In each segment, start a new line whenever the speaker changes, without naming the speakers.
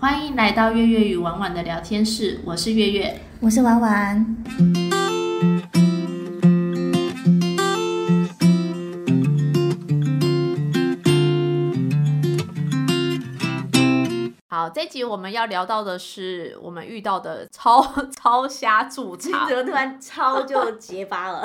欢迎来到月月与婉婉的聊天室，我是月月。
我是婉婉。
好，这集我们要聊到的是我们遇到的超 超虾驻
你
场，
么突然超就结巴了？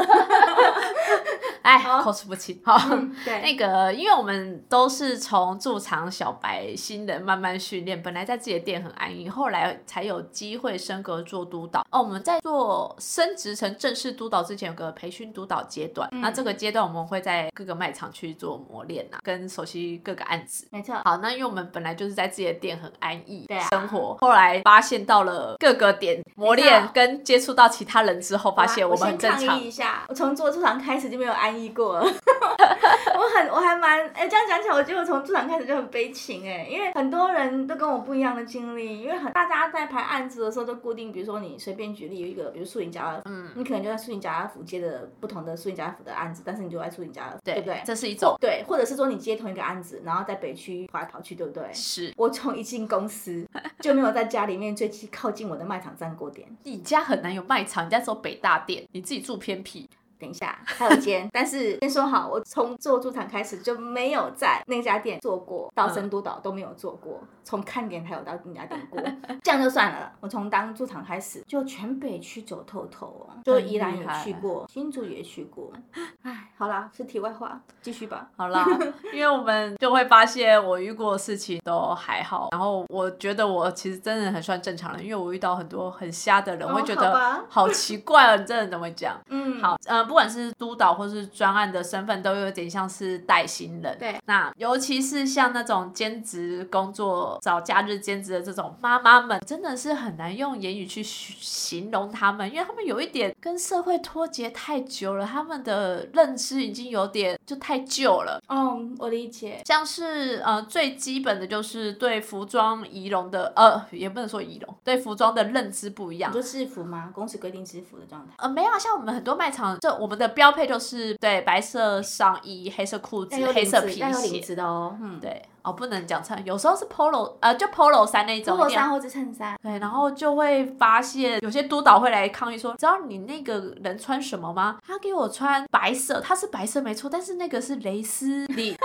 哎，
好
口齿不清。好， 嗯
对，
那个，因为我们都是从驻场小白新人慢慢训练，本来在自己的店很安逸，后来才有机会升格做督导。哦，我们在做升职成正式督导之前，有个培训督导阶段，那这个阶段我们会在各个卖场去做磨练啊，跟熟悉各个案子。
没错。
好，那因为我们本来就是在自己的店很安逸
对啊
生活，后来发现到了各个点磨
你知
练
道啊
跟接触到其他人之后，发现
我
们很正
先抗
常
议。一下，我从做驻场开始就没有安逸过了。 我很，我还蛮，哎、这样讲起来，我觉得我从驻场开始就很悲情哎、因为很多人都跟我不一样的经历，因为很大家在排案子的时候都固定，比如说你随便举例有一个，比如树林家乐福，嗯，你可能就在树林家乐福接的不同的树林家乐福的案子，但是你就在树林家乐福，对不对？
这是一种
对，或者是说你接同一个案子，然后在北区跑来跑去，对不对？
是。
我从一进公司就没有在家里面最近靠近我的卖场站过点。
你家很难有卖场，你家只有北大店，你自己住偏僻。
等一下，还有间， 但是先说好，我从做驻场开始就没有在那家店做
嗯
过，到深督导都没有做过，从看点还有到那家店过， 这样就算了。我从当驻场开始，就全北区走透透哦，就宜兰也去过，新竹也去过。哎，好啦，是题外话，继续吧。
好 啦，因为我们就会发现我遇过的事情都还好，然后我觉得我其实真的很算正常人，因为我遇到很多很瞎的人，
哦
我会觉
好吧
得好奇怪哦，你真的怎么讲？
嗯，
好，呃，不管是督导或是专案的身份，都有点像是带新人。
对，
那尤其是像那种兼职工作、找假日兼职的这种妈妈们，真的是很难用言语去形形容他们，因为他们有一点跟社会脱节太久了，他们的认知已经有点就太旧了。
哦，我理解。
像是呃最基本的就是对服装仪容的呃也不能说仪容，对服装的认知不一样
你。说制服吗？公司规定制服的状态。
呃，没有啊，像我们很多卖场，就我们的标配就是对白色上衣、黑色裤子
要有、
黑
领
色
子
皮
要有领
鞋。
子的哦，嗯，
对，哦，不能讲穿，有时候是 polo，呃，就 polo 衫那一种。
做
一定要
衫或者衬衫，
对，然后就会发现有些督导会来抗议说，知道你那个人穿什么吗？他给我穿白色，他是白色没错，但是那个是蕾丝领，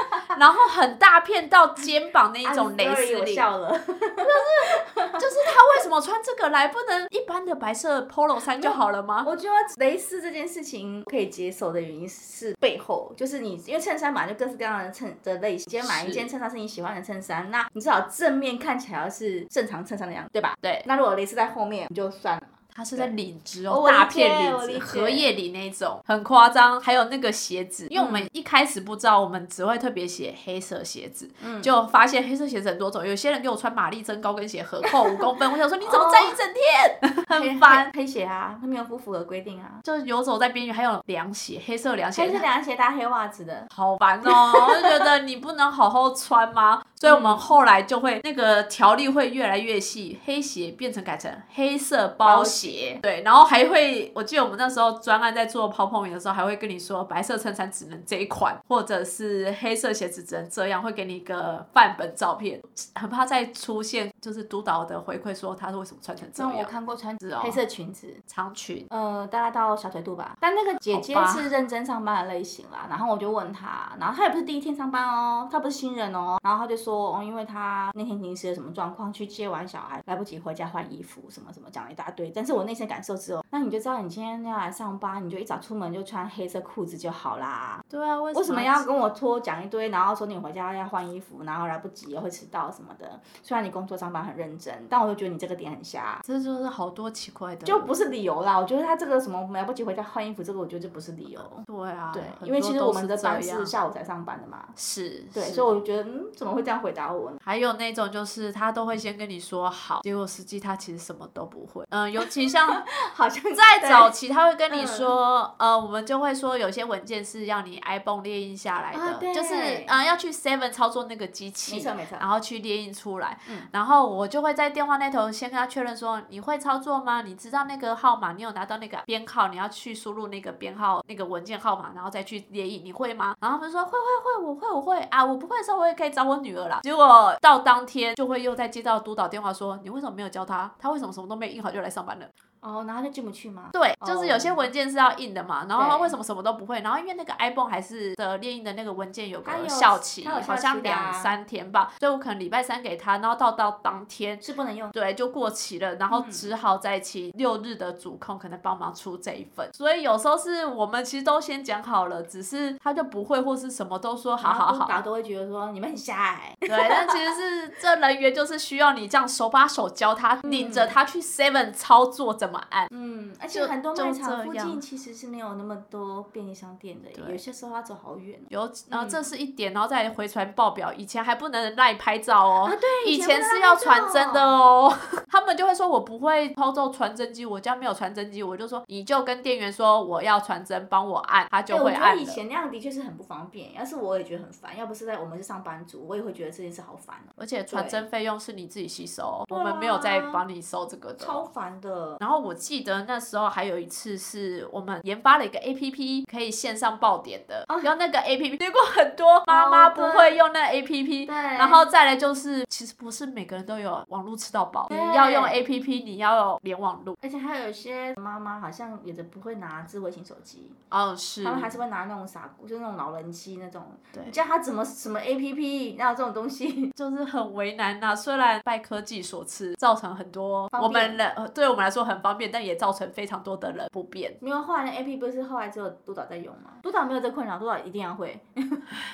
然后很大片到肩膀那一种
I'm
蕾
sorry，
丝
我
领，
笑了。
就是他为什么穿这个来，不能一般的白色 polo 衫就好了吗？
我觉得蕾丝这件事情可以接受的原因是背后，就是你因为衬衫本来就各式各样的衬的类型，今天买一
是
件衬衫是你喜欢的衬衫，那你至少正面看起来要是正常衬衫的样子，对吧？
对，
那如果蕾丝在后面，你就算了。
它是在领子哦
哦，我理解
大片
我
领
理
子、
解
荷叶领那种，很夸张。还有那个鞋子，因为我
嗯
们一开始不知道，我们只会特别写黑色鞋子，
嗯
就发现黑色鞋子很多种。有些人给我穿玛丽珍高跟鞋，合扣五公分，我想说你
哦
怎么站一整天，很烦。
黑黑鞋啊，它没有不符合规定啊。
就游走在边缘，还有凉鞋，黑色凉
黑
鞋
是，凉鞋搭黑袜子的，
好烦哦！我就觉得你不能好好穿 吗？所以我们后来就会那个条例会越来越细，黑鞋变成改成黑色包鞋，对，然后还会，我记得我们那时候专案在做泡泡鱼的时候，还会跟你说白色衬衫只能这一款，或者是黑色鞋子只能这样，会给你一个范本照片，很怕再出现就是督导的回馈说他是为什么穿成这
那我
样，
看过穿
是哦
啊黑色裙子，
长裙，
呃，大概到小腿肚吧。但那个姐姐
好吧
是认真上班的类型啦，然后我就问她，然后她也不是第一天上班哦，她不是新人哦，然后她就说，哦，因为她那天临时有什么状况，去接完小孩，来不及回家换衣服，什么什么讲了一大堆。但是我内心的感受只有，那你就知道你今天要来上班，你就一早出门就穿黑色裤子就好啦。
对啊，为
为什么要跟我拖讲一堆，然后说你回家要换衣服，然后来不及会迟到什么的？虽然你工作上班很认真，但我就觉得你这个点很瞎。
这就是好多奇怪的，
就不是理由啦。我觉得他这个什么来不及回家换衣服，这个我觉得这不是理由。
对啊，
对，
很
因为
多
其实
都
我们
是
的
这
班是
样
下午才上班的嘛。
是，
对，
是
所以我就觉得，嗯，怎么会这样回答我呢？
还有那种就是他都会先跟你说好，结果实际他其实什么都不会。嗯、尤其像
好像
在
对
早期，他会跟你说，呃，我们就会说有些文件是要你 iPhone 列印下来的，
啊对
就是呃要去 Seven 操作那个机器，
没错没错
然后去列印出来。
嗯
然后我就会在电话那头先跟他确认说，你会操作吗？你知道那个号码，你有拿到那个编号，你要去输入那个编号那个文件号码，然后再去列印，你会吗？然后他们说会会会，我会我会啊，我不会的时候我也可以找我女儿歌啦。结果到当天就会又再接到督导电话说，你为什么没有教他？他为什么什么都没有印好就来上班了？
哦，然后就进不去吗？
对，
哦
就是有些文件是要印的嘛，然后他
对
为什么什么都不会？然后因为那个 iPhone 还是的列印的那个文件有
它有
个效期，
它有效期
好像
的啊
两三天吧，所以我可能礼拜三给他，然后到到当天。
是不能用。
对，就过期了，然后
嗯
只好再请六日的主控可能帮忙出这一份，所以有时候是我们其实都先讲好了，只是他就不会或是什么都说好好
然后督
好，
导都会觉得说你们很欸狭隘。
对，但其实是这人员就是需要你这样手把手教 他，领着他去 Seven 操作怎么按，
嗯，而且
就
很多
就
卖
这
场附
样
近其实是没有那么多便利商店的，
对
有些时候要走好远哦。
有，然后这是一点，然后再回传报表。以前还不能赖拍照哦，
啊，对，
以
前
前是要传真的哦。 他们就会说我不会操作传真机，我家没有传真机，我就说你就跟店员说我要传真，帮我按，他就
哎对，我
会
觉得
按
以
了。
前那样的确是很不方便，要是我也觉得很烦，要不是在我们是上班族，我也会觉得这件事好烦哦，
而且传真费用是你自己吸收哦，
对
我
啊
们没有在帮你收这个的。哦
超烦的。
然后我记得那时候还有一次是我们研发了一个 A P P 可以线上报点的，
哦
用那个 A P P，结果很多妈妈
哦
不
对
会用那 A P P，
对
然后再来就是其实不是每个人都有网络吃到饱，你
对
要用 A P P，你要有连网络，
而且还有一些妈妈好像有的不会拿智慧型手机，
哦是
他，们还是会拿那种傻，就是那种老人机那种。
对
你叫他怎么什么 A P P，哪有这种东西？
就是很为难呐、虽然拜科技所赐，造成很多
方便
我们人呃对我们来说很方便，但也造成非常多的人不便。
没有，后来那 A P P 不是后来只有督导在用吗？督导没有这困扰，督导一定要会，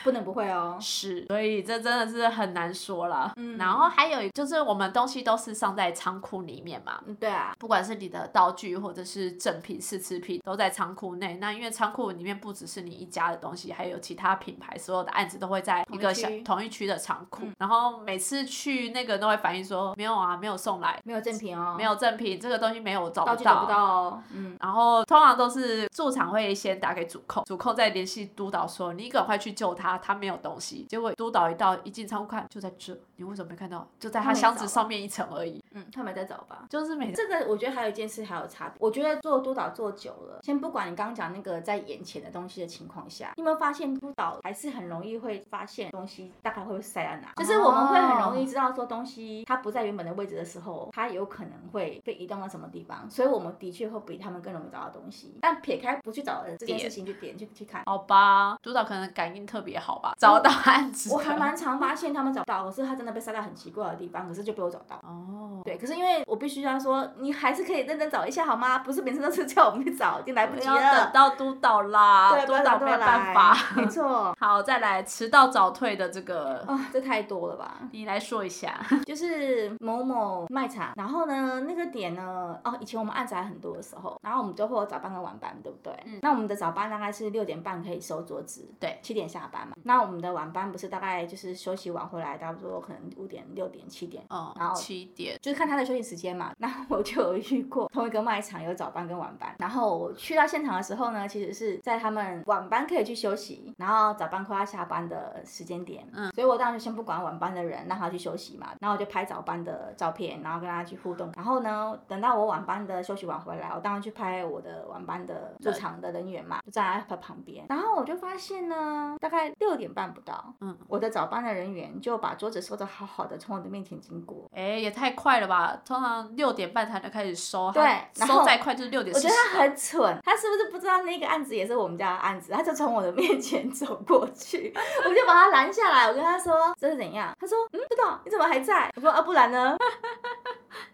不能不会哦。
是，所以这真的是很难说啦。
嗯
然后还有就是我们东西都是上在仓库里面嘛。
嗯，对啊，
不管是你的道具或者是正品、试吃品，都在仓库内。那因为仓库里面不只是你一家的东西，还有其他品牌，所有的案子都会在一个小
同一区嗯
同一区的仓库。然后每次去那个都会反映说，没有啊，没有送来，
没有正品哦，
没有正品，这个东西没有，我找
道
不
具找
到。
不到哦。嗯，
然后通常都是驻场会先打给主控，主控再联系督导说你赶快去救他，他没有东西。结果督导一到一进仓库看就在这，你为什么没看到？就在他箱子上面一层而已，
嗯，他们在找吧。
就是每次
这个我觉得还有一件事还有差别，我觉得做督导做久了，先不管你刚刚讲那个在眼前的东西的情况下，你有没有发现督导还是很容易会发现东西大概会塞在哪？就是我们会很容易知道说东西它不在原本的位置的时候，它有可能会被移动到什么地方，所以我们的确会比他们更容易找到东西。但撇开不去找的这件事情去点去去看。
好吧，督导可能感应特别好吧，找到案子了。
哦我还蛮常发现他们找到，可是他真的被塞到很奇怪的地方，可是就被我找到。
哦，
对，可是因为我必须要说，你还是可以认真找一下好吗？不是每次都是叫我们去找，已经来不及
要等
了。
到督导啦，
对，
督
不
导
要找
没
过
有办
来
法。
没错。
好，再来迟到早退的这个，
啊、这太多了吧？
你来说一下。
就是某某卖场，然后呢，那个点呢，哦，以前我们案子还很多的时候，然后我们就会有早班跟晚班，对不对？
嗯
那我们的早班大概是六点半可以收桌子，
对
七点下班嘛。那我们的晚班不是大概就是休息完回来，差不多可能五点、六点、七点
嗯
然，后
七点，
就是看他的休息时间嘛。那 我就有遇过同一个卖场有早班跟晚班，然后我去到现场的时候呢，其实是在他们晚班可以去休息，然后早班快要下班的时间点，
嗯，
所以我当然就先不管晚班的人，让他去休息嘛。然后我就拍早班的照片，然后跟他去互动。然后呢，等到我晚班的休息完回来，我当然去拍我的晚班的驻场的人员嘛，就站在他旁边。然后我就发现呢，大概六点半不到，
嗯，
我的早班的人员就把桌子收的好好的，从我的面前经过。
哎、也太快了吧！通常六点半才能开始收，
对
它
然
收
后
再快就是六点
我
四十
觉得。他很蠢，他是不是不知道那个案子也是我们家的案子？他就从我的面前走过去，我就把他拦下来，我跟他说这是怎样？他说嗯，不懂，你怎么还在？我说啊，不然呢？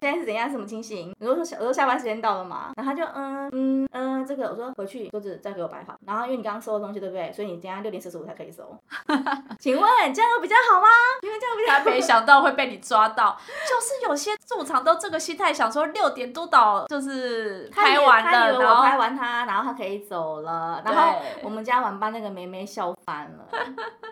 现在是怎样？什么情形？我就说我说下班时间到了嘛，然后他就嗯嗯嗯，这个我说回去桌子再给我摆好，然后因为你刚刚收的东西对不对？所以你等一下六点四十五才可 以收。请问这样会比较好吗？因为这样比较
他没想到会被你抓 到，就是有些驻场都这个心态，想说六点督导就是
他以
拍
为
完
他以
了，
为我拍
然后
完他，然后他可以走了，
对
然后我们家晚班那个妹妹笑翻了，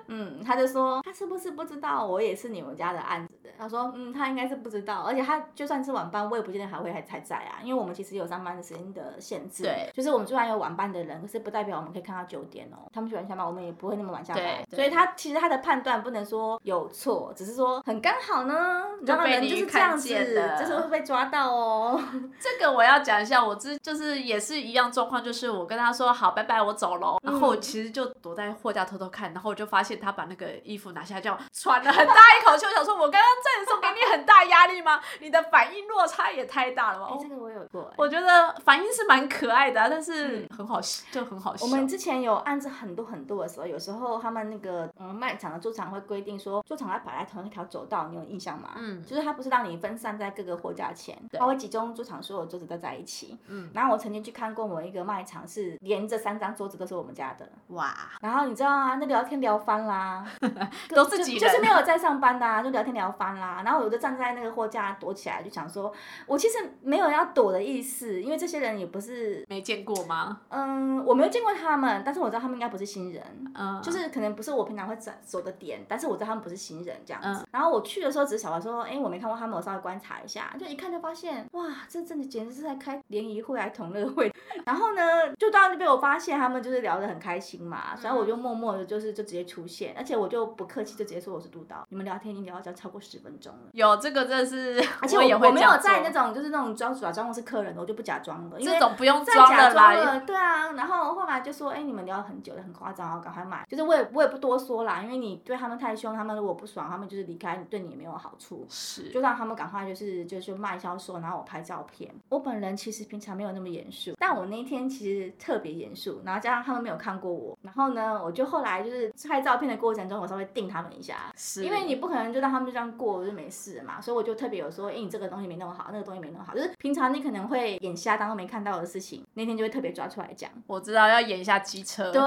嗯，他就说他是不是不知道我也是你们家的案子的？他说嗯，他应该是不知道，而且他就算是晚班，我也不见得还会还还在啊，因为我们其实有上班的时间的限制，
对，
就是我们虽然有晚班的人，可是不代表我们可以看到九点哦，他们喜欢下班，我们也不会那么晚下班，
对对
所以他其实他的判断不能说有错，只是说很刚好呢，你知道
就被
人
你
就是这
看
样子，
见了
就是会被抓到哦。
这个我要讲一下，我之就是也是一哦
嗯
样状况，就是我跟他说好拜拜，我走喽，然后我其实就躲在货架偷偷看，然后我就发现现他把那个衣服拿下来，这样喘了很大一口气。我想说，我刚刚在的时候给你很大压力吗？你的反应落差也太大了吧？
哎、
我
这个我有过、哎
我觉得反应是蛮可爱的啊、但是很好笑，就很好笑。
嗯我们之前有案子很多很多的时候，有时候他们那个嗯卖场的猪场会规定说，猪场要摆在同一条走道，你有印象吗？
嗯
就是它不是让你分散在各个货架前，
对
它会集中猪场所有桌子都在一起。
嗯，
然后我曾经去看过我一个卖场，是连着三张桌子都是我们家的。
哇，
然后你知道啊，那聊天聊翻啦，
都自己
就就是
人
没有在上班的、啊，就聊天聊翻啦。然后我就站在那个货架躲起来，就想说，我其实没有要躲的意思，因为这些人也不是，
没见过吗？
嗯，我没有见过他们，但是我知道他们应该不是新人。
嗯，
就是可能不是我平常会走走的点，但是我知道他们不是新人这样子。
嗯
然后我去的时候，只是想到说，哎、我没看过他们，我稍微观察一下，就一看就发现，哇，这真的简直是在开联谊会还同乐会。 然后呢，就到那边我发现他们就是聊得很开心嘛，所以
嗯
我就默默的，就是就直接出现，而且我就不客气，就直接说我是督导。你们聊天已经聊到超过十分钟了。
有这个，真的是，
而且
我也会
我没有
这
在
样
那
做
种就是那种装假装我是客人的，我就不假装了，因为
这种不用
再
哦装
假
了
装
啦。
了，对啊，然后后来就说，哎、你们聊了很久了，很夸张啊，赶快买。就是我也我也不多说啦，因为你对他们太凶，他们如果不爽，他们就是离开，对你也没有好处。
是
就让他们赶快就是就是卖销售，然后我拍照片。我本人其实平常没有那么严肃，但我那一天其实特别严肃，然后加上他们没有看过我，然后呢，我就后来就是拍照片的过程中，我稍微定他们一下，
是，
因为你不可能就让他们就这样过就没事嘛，所以我就特别有说，哎、你这个东西没弄好，那个东西没弄好，就是平常你可能会眼瞎当做没看到的事情，那天就会特别抓出来讲。
我知道要演一下机车，
对，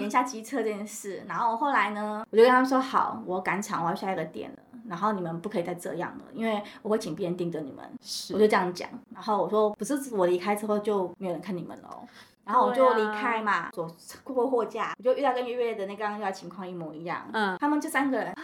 眼瞎机车这件事。然后后来呢，我就跟他们说，好，我赶场，我要下一个点了，然后你们不可以再这样了，因为我会请别人盯着你们。
是
我就这样讲，然后我说不是我离开之后就没有人看你们了哦，然后我
对
就
啊
离开嘛，走过货架，我就遇到跟月月的那刚刚遇到情况一模一样，
嗯，
他们这三个人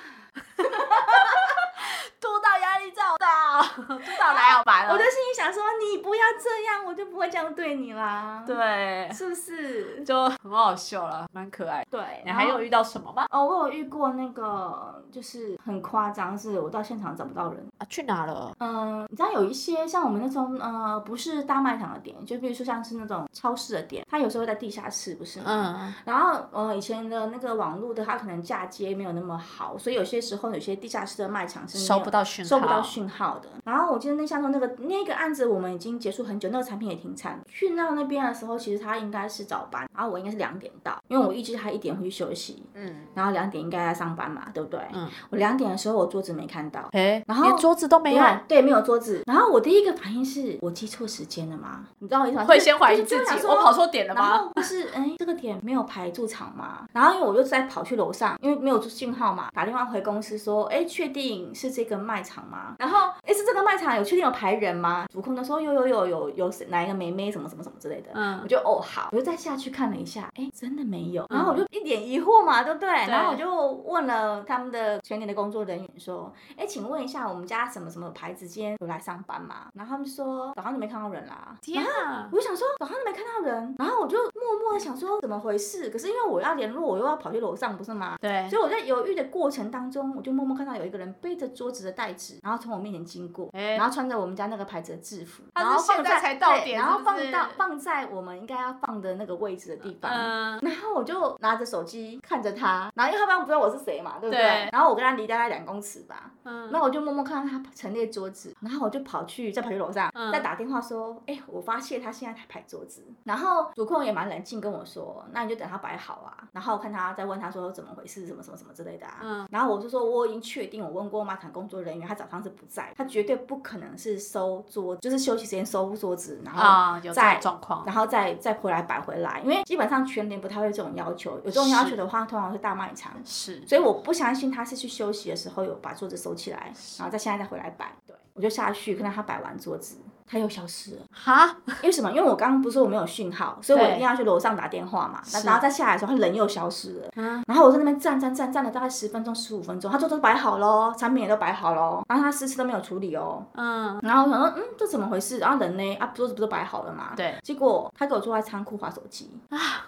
督导压力照大， 督导来好烦
我
哦
就。心里想说，你不要这样，我就不会这样对你啦。，
对，
是不是？
就很好笑了，蛮可爱的。
对。
你还
然后
有遇到什么吗？
哦，我有遇过那个，就是很夸张，是我到现场找不到人。
啊，去哪了？
嗯、你知道有一些像我们那种呃，不是大卖场的点，就比如说像是那种超市的点，它有时候会在地下室，不是吗？
嗯，
然后，呃，以前的那个网络的，它可能嫁接没有那么好，所以有些时候有些地下室的卖场是没有
收不到讯号
收不到讯号的。然后我记得那像说那个那个案子，我们已经结束很久，那个产品也停产。去到那边的时候，其实他应该是早班，然后我应该是两点到，因为我预计他一点会去休息，
嗯，
然后两点应该要上班嘛，对不对？
嗯。
我两点的时候，我桌子没看到。
哎，
然后
连桌子都没有，
对，没有桌子。然后我第一个反应是我记错时间了吗？你知道我意思吗？
会
就是
先怀疑
就是
自
就想
己，
说
我跑错点了
然
吗？
后就是，哎，这个点没有排驻场嘛，然后因为我就再跑去楼上，因为没有信号嘛，打电话回公司说，哎，确定是这个卖场吗？然后，哎，是这个卖场有确定有排人吗？主控的说，有有有有有谁哪一个梅梅什么什么什么之类的。我
嗯，
就哦好，我就再下去看了一下，哎，真的没有。然
嗯
后我就一脸疑惑嘛，对不对？然后我就问了他们的全年的工作人员说，哎，请问一下，我们家什么什么牌子今天有来上班吗？然后他们就说早上就没看到人啦。
天啊，
我就想说早上都没看到人，然后我就默默的想说怎么回事，可是因为我要联络，我又要跑去楼上，不是吗？
对，
所以我在犹豫的过程当中，我就默默看到有一个人背着桌子的袋子，然后从我面前经过，
哎
然后穿着我们家那个牌子的制服，
他是
然后放
现在
在
才到
对
点
然后
是不是
放到放在我们应该要放的那个位置的地方。
嗯，
然后我就拿着手机看着他，然后因为他当然不知道我是谁嘛，对不对？
对
然后我跟他离大概两公尺吧，
嗯
那我就默默看到他陈列桌子，然后我就跑去再跑去楼上，
嗯
再打电话说，哎、我发现他现在在排桌子。然后主控也蛮冷静跟我说，那你就等他摆好啊。然后我看他再问他说怎么回事，什么什么什么之类的啊。
嗯
然后我就说我已经确定，我问过马场工作人员，他早上是不在，他绝对不可能是收桌，就是休息时间收桌子，然后
啊，有这
在
种状况，
然后再再回来摆回来，因为基本上全年不太会有这种要求，有这种要求的话，通常是大卖场。
是，
所以我不相信他是去休息的时候有把桌子收起来，然后再现在再回来摆。对，我就下去看到他摆完桌子，他又消失了。
哈，
因为什么？因为我刚刚不是说我没有讯号，所以我
对
一定要去楼上打电话嘛。那
是
然后再下来的时候，他人又消失了。
嗯
然后我在那边站站站站了大概十分钟、十五分钟，他桌子都摆好喽，产品也都摆好喽，然后他私事都没有处理哦。
嗯，
然后我想说，嗯，这怎么回事？然后人呢？啊，桌子不是摆好了吗？
对，
结果他给我坐在仓库划手机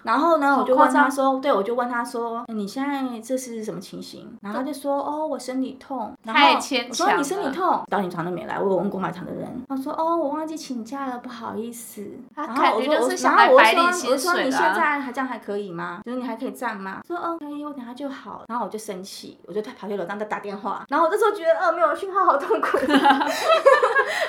然后呢，
啊好
我就问
夸
他
张
说，对，我就问他说，哎你现在这是什么情形？然后他就说，哦，我生理痛。
嗯
然
太
后
牵
我说
强
你生理
了
痛，到你床都没来，我有问过卖场的人，他说，哦，我我忘记请假了，不好意思。”
他
然
感
后我
觉
说
就是
我然
想
后
来
我
白
说：“
领
我
薪
说
水
你现
啦。
在还这样还可以吗？就是你还可以站吗？”说：“嗯，可以，我等下就好。”然后我就生气，我就跑去楼上再打电话。然后我这时候觉得，呃，没有讯号，好痛苦。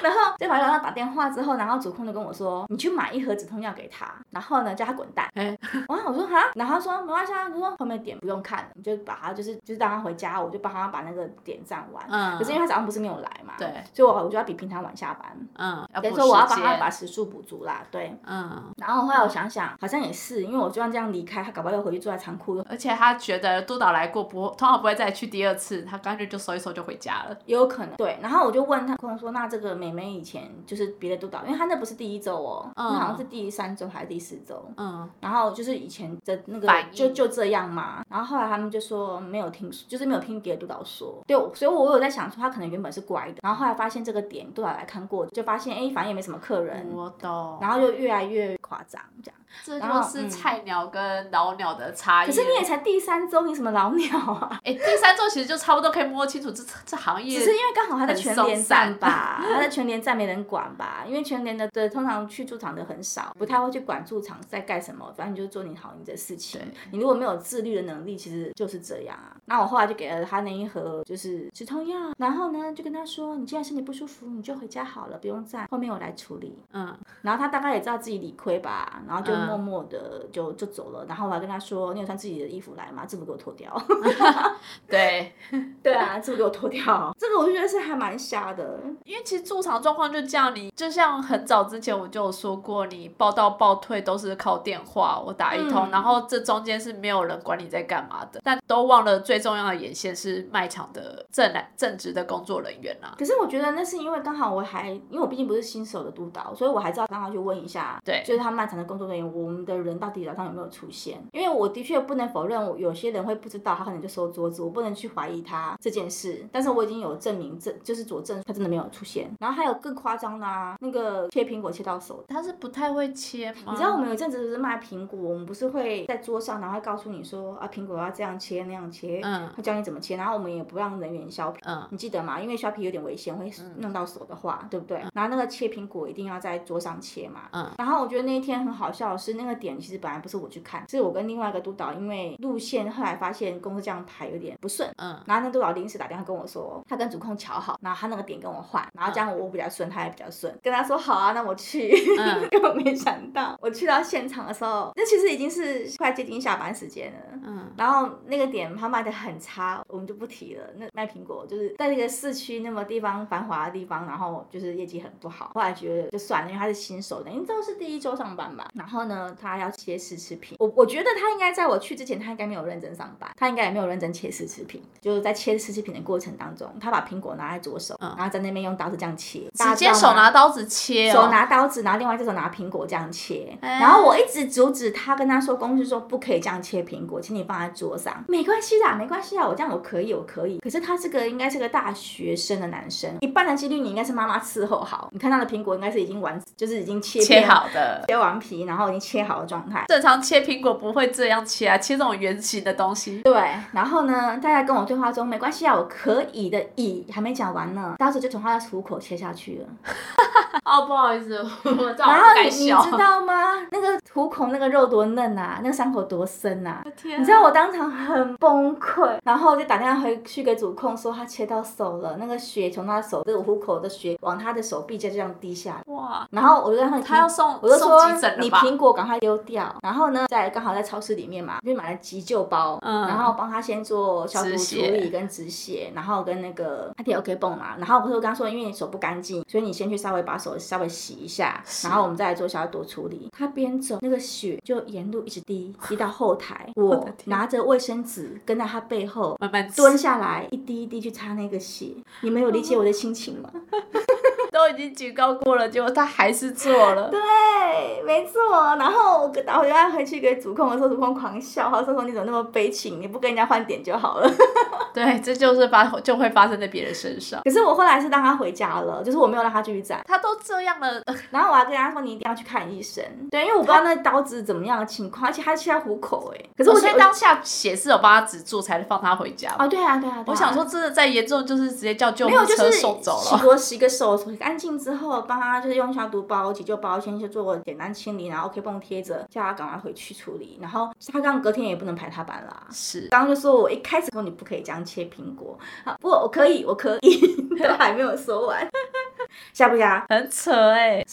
然后就跑去楼上打电话之后，然后主控就跟我说：“你去买一盒止痛药给他，然后呢叫他滚蛋。”
哎，
然后我说哈，然后他说没关系啊，他说后面点不用看了，你就把它就是就是让他回家，我就帮他把那个点站完。
嗯，
可是因为他早上不是没有来嘛，
对，
所以我我就要比平常晚下班，
嗯，要
等于
补
说我要
时
帮他
间
把时数补足啦，对。
嗯，
然后后来我想想，好像也是，因为我就算这样离开，他搞不好又回去住在仓库，又
而且他觉得督导来过不，通常不会再去第二次，他干脆就收一收就回家了。
也有可能。对，然后我就问他，跟我说，那这个妹妹以前就是别的督导，因为她那不是第一周哦，
嗯
那好像是第三周还是第四周，
嗯，
然后就是以前的那个
反应
就就这样嘛，然后后来他们就说没有听，就是没有听别的督导说，对，所以我有在想说他可能原本是乖的，然后后来发现这个点督导来看过，就发现哎反正也没什么客人，
我懂。
然后就越来越夸张这样。
这
然后
就是
嗯
菜鸟跟老鸟的差异。
可是你也才第三周，你什么老鸟啊？
哎，第三周其实就差不多可以摸清楚这这行业。
只是因为刚好他在
很
全
松
联
散
站吧，他在全联站没人管吧，因为全联的的通常去驻场的很少，
嗯
不太会去管驻场在干什么，反正你就做你好你的事情
对。
你如果没有自律的能力，其实就是这样啊。那我后来就给了他那一盒就是止痛药，然后呢就跟他说，你既然身体不舒服，你就回家好了，不用站，后面我来处理。
嗯
然后他大概也知道自己理亏吧，然后就
嗯
默默的就就走了。然后我还跟他说，你有穿自己的衣服来吗？制服给我脱 掉。
对，
对啊，制服给我脱 掉。这个我就觉得是还蛮瞎的。
因为其实驻场状况就这样，你就像很早之前我就有说过，你报到报退都是靠电话，我打一通，
嗯
然后这中间是没有人管你在干嘛的，但都忘了最重要的眼线是卖场的正正职的工作人员啊。
可是我觉得那是因为刚好我还，因为我毕竟不是新手的督导，所以我还知道刚好去问一下，
对
就是他漫长的工作人员，我们的人到底早上有没有出现？因为我的确不能否认，我有些人会不知道，他可能就收桌子，我不能去怀疑他这件事。但是我已经有证明，证就是佐证，他真的没有出现。然后还有更夸张的、啊，那个切苹果切到手的。
他是不太会切吗？
你知道我们有一阵子不是卖苹果，我们不是会在桌上，然后会告诉你说啊，苹果要这样切那样切，
嗯
会教你怎么切，然后我们也不让人员削皮，
嗯
你记得吗？因为削皮有点危险，会弄到手的话，对不对？然后那个切苹果一定要在桌上切嘛。
嗯
然后我觉得那一天很好笑的是，那个点其实本来不是我去看，是我跟另外一个督导，因为路线后来发现公司这样排有点不顺，
嗯，
然后那督导临时打电话跟我说，他跟主控瞧好，然后他那个点跟我换，然后这样我比较顺，他也比较顺，跟他说好啊，那我去。
嗯
根本没想到，我去到现场的时候，那其实已经是快接近下班时间了。
嗯，
然后那个点他卖的很差，我们就不提了。那卖苹果就是在那个市区那么地方繁华的地方，然后就是业绩很不好。后来觉得就算了，因为他是新手，等于这是第一周上班吧。然后呢，他要切试吃品，我我觉得他应该在我去之前，他应该没有认真上班，他应该也没有认真切试吃品。就是在切试吃品的过程当中，他把苹果拿在左手，
嗯
然后在那边用刀子这样切，大
直
家知
接
道
手
吗
拿刀子切、哦，
手拿刀子，然后另外一只手拿苹果这样切。
哎
然后我一直阻止他，跟他说公司说不可以这样切苹果，请你放在桌上。没关系啦，没关系啦，我这样我可以，我可以。可是他这个应该是个大学生的男生，一半的几率你应该是妈妈伺候好，你看到的苹果应该是已经完，就是已经切
切
片
好的。
切完皮，然后已经切好的状态。
正常切苹果不会这样切啊，切这种圆形的东西。
对，然后呢，大家跟我对话中，没关系啊，我可以的，以还没讲完呢，当时就从他的虎口切下去了。
哦，不好意思，我
然后你你
哦
知道吗？那个虎口那个肉多嫩啊，那个伤口多深啊！你知道我当场很崩溃，然后我就打电话回去给主控说他切到手了，那个血从他手这个虎口的血往他的手臂就这样滴下来，
哇，
然后我就让他
他要送
我就说
送急诊了
你
吧？
苹果赶快丢掉，然后呢，在刚好在超市里面嘛，就买了急救包，
嗯
然后帮他先做消毒
止
处
血
理跟止血，然后跟那个他贴 OK 泵嘛，然后我就跟他说，因为你手不干净，所以你先去稍微把手稍微洗一下，
是
然后我们再来做消毒处理。他边走，那个血就沿路一直滴，滴 到后台，我
的天
拿着卫生纸跟在他背后。
慢慢吃
蹲下来，一滴一滴去擦那个血，你们有理解我的心情吗？
都已经警告过了，结果他还是做了。
对，没错。然后我跟打回家回去给主控的时候，主控狂笑，他说说你怎么那么悲情，你不跟人家换点就好了。
对，这就是发就会发生在别人身上。
可是我后来是让他回家了，就是我没有让他继续站。
他都这样了，
然后我还跟他说你一定要去看医生，对，因为我不知道那刀子怎么样的情况，而且他切在虎口哎、可是
哦所
我
以
觉得
当下血是有帮他止住，才放他回家吧。
哦，对啊，对啊，对啊
我想说，真的再严重就是直接叫救
没有，
护
就
车
是
送走
洗
了。
过洗个手，干净之后，帮他就是用消毒包、急救包先去做简单清理，然后 K 泵贴着，叫他赶快回去处理。然后他这样隔天也不能排他班啦。
是，
刚刚就说我一开始说你不可以这样切苹果，好，不过我可以，我可以， 都还没有说完， 吓不吓？
很扯哎、
啊，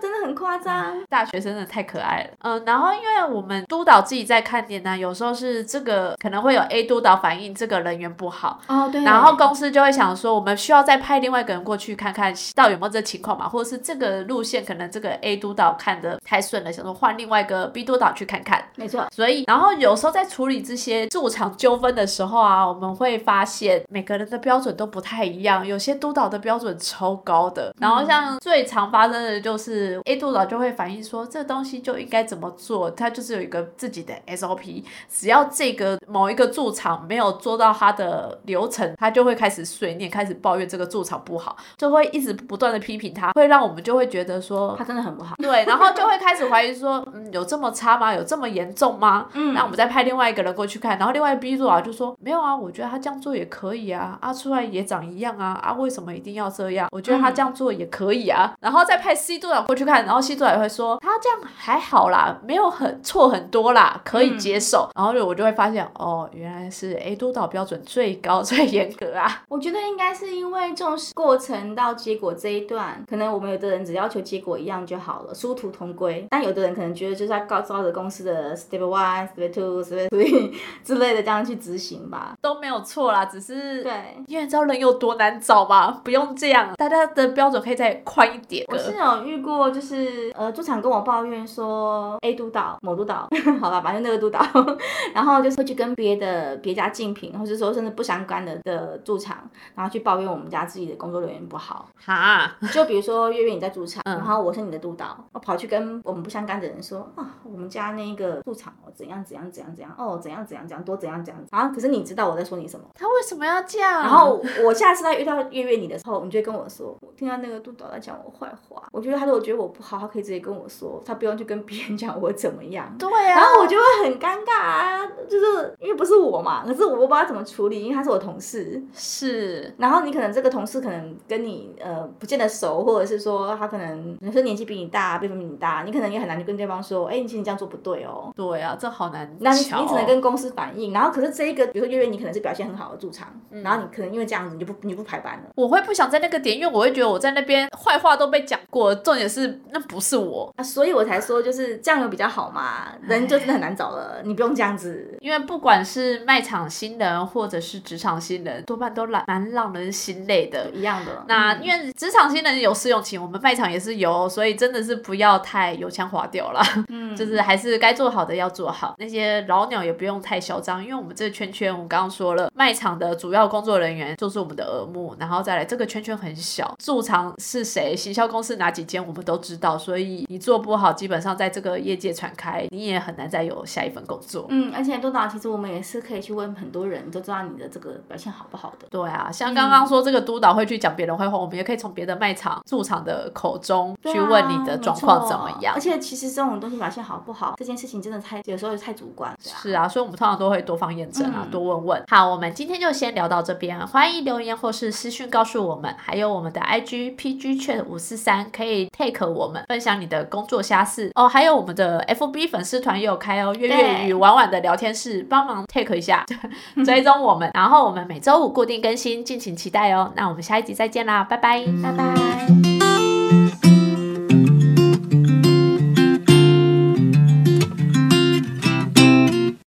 真的很夸张。
大学生真的太可爱了，嗯，然后因为我们督导自己在看点呢，有时候是这个可能会有 A 督导反映这个人员不好，
哦，对
然后公司就会想说，我们需要再派另外一个人过去看看，到底有没有这情况嘛，或者是这个路线可能这个 A 督导看的太顺了，想说换另外一个 B 督导去看看。
没错，
所以，然后有时候在处理这些驻场纠纷的时候啊，我们会发现每个人的标准都不太一样，有些督导的标准超高的。然后像最常发生的就是 A 督导就会反映说，这东西就应该怎么做，他就是有一个自己的 SOP，只要这个某一个驻场没有做到他的流程，他就会开始碎念，开始抱怨这个驻场不好，就会一直不断的批评他，会让我们就会觉得说
他真的很不好。
对，然后就会开始怀疑说，嗯，有这么差吗？有这么严重吗？
嗯
那我们再派另外一个人过去看，然后另外一个 B 督导就说，没有啊，我觉得他这样做也可以啊，啊，出来也长一样啊，啊，为什么一定要这样？我觉得他这样做也可以啊，然后再派 C 督导过去看，然后 C 督导也会说，他这样还好啦，没有很错很多啦，可以接受。然后就我就会发现，哦，原来是 A 督导标准最高 最严格啊，
我觉得应该是因为重视过程到结果这一段，可能我们有的人只要求结果一样就好了，殊途同归。但有的人可能觉得就是要高照着公司的 step one、step two、step three 之类的这样去执行吧。
都没有错啦，只是
对，
因为你知道人有多难找吗？不用这样，大家的标准可以再宽一点。
我是有遇过，就是呃，驻场跟我抱怨说 A 督导、某督导， 好吧，反正那个督导， 然后就是会去跟别的别家竞品，或者说甚至不相干的的驻场，然后去抱怨我们家自己的工作人员不好。
哈，
就比如说月月你在驻场，
嗯
然后我是你的督导，我跑去跟我们不相干的人说啊，我们家那个驻场哦，怎样怎样怎样怎样哦，怎样怎样怎样多怎样怎样，然后可是你知道我在说你什么，
他为什么要这样？
然后
嗯
我下次再遇到月月你的时候，你就会跟我说，我听到那个督导在讲我坏话，我觉得他如果觉得我不好，他可以直接跟我说，他不用去跟别人讲我怎么样。
对
然
啊，
后我就会很尴尬啊，就是因为不是我嘛，可是我不知道怎么处理，因为他是我同事，
是
然后你可能这个同事可能跟你呃不见得熟，或者是说他可能你说年纪比你大，辈分比你大，你可能也很难去跟对方说，哎，你其实你这样做不对哦。
对啊，这好难哦
那你
瞧
你只能跟公司反映，然后可是这一个，比如说月月，你可能是表现很好的驻场，
嗯
然后你可能因为这样子你就不你不排班了。
我会不想在那个点，因为我会觉得我在那边坏话都被讲过了，重点是那不是我，
啊，所以我才说就是这样有比较好嘛，
哎
人就真的很难找了，你不用这样子。
因为不管是卖场新人或者是职场新人，多半都蛮蛮让人心累的。
一样的，
那因为职场新人有试用期，我们卖场也是有，所以真的是不要太油腔滑调啦。
嗯
就是还是该做好的要做好，那些老鸟也不用太嚣张，因为我们这个圈圈，我刚刚说了，卖场的主要工作人员就是我们的耳目，然后再来这个圈圈很小，驻场是谁，行销公司哪几间我们都知道，所以你做不好，基本上在这个业界传开，你也很难再有下一份工作。
嗯，而且督导其实我们也是可以去问很多人，都知道你的这个表现好不好的。
对啊，
嗯
像刚刚说这个督导会去讲别人坏话，我们也可以从别的卖场驻场的口中
对
去
啊
问你的状况怎么
没错
样
而。且其实这种东西表现好不好，这件事情真的太有时候太主观了。
是啊，所以我们通常都会多方验证啊，
嗯
多问问。好，我们今天就先聊到这边，欢迎留言或是私讯告诉我们，还有我们的 IG PG 券五四三可以 take 我们分享你的工作瞎事哦，还有我们的 FB 粉丝团也有开哦，月月与婉婉的聊天室帮忙 take 一下， 追踪我们，然后我们每周五固定更新，敬请期待哦。那我们下一集再见啦，拜拜。
拜拜。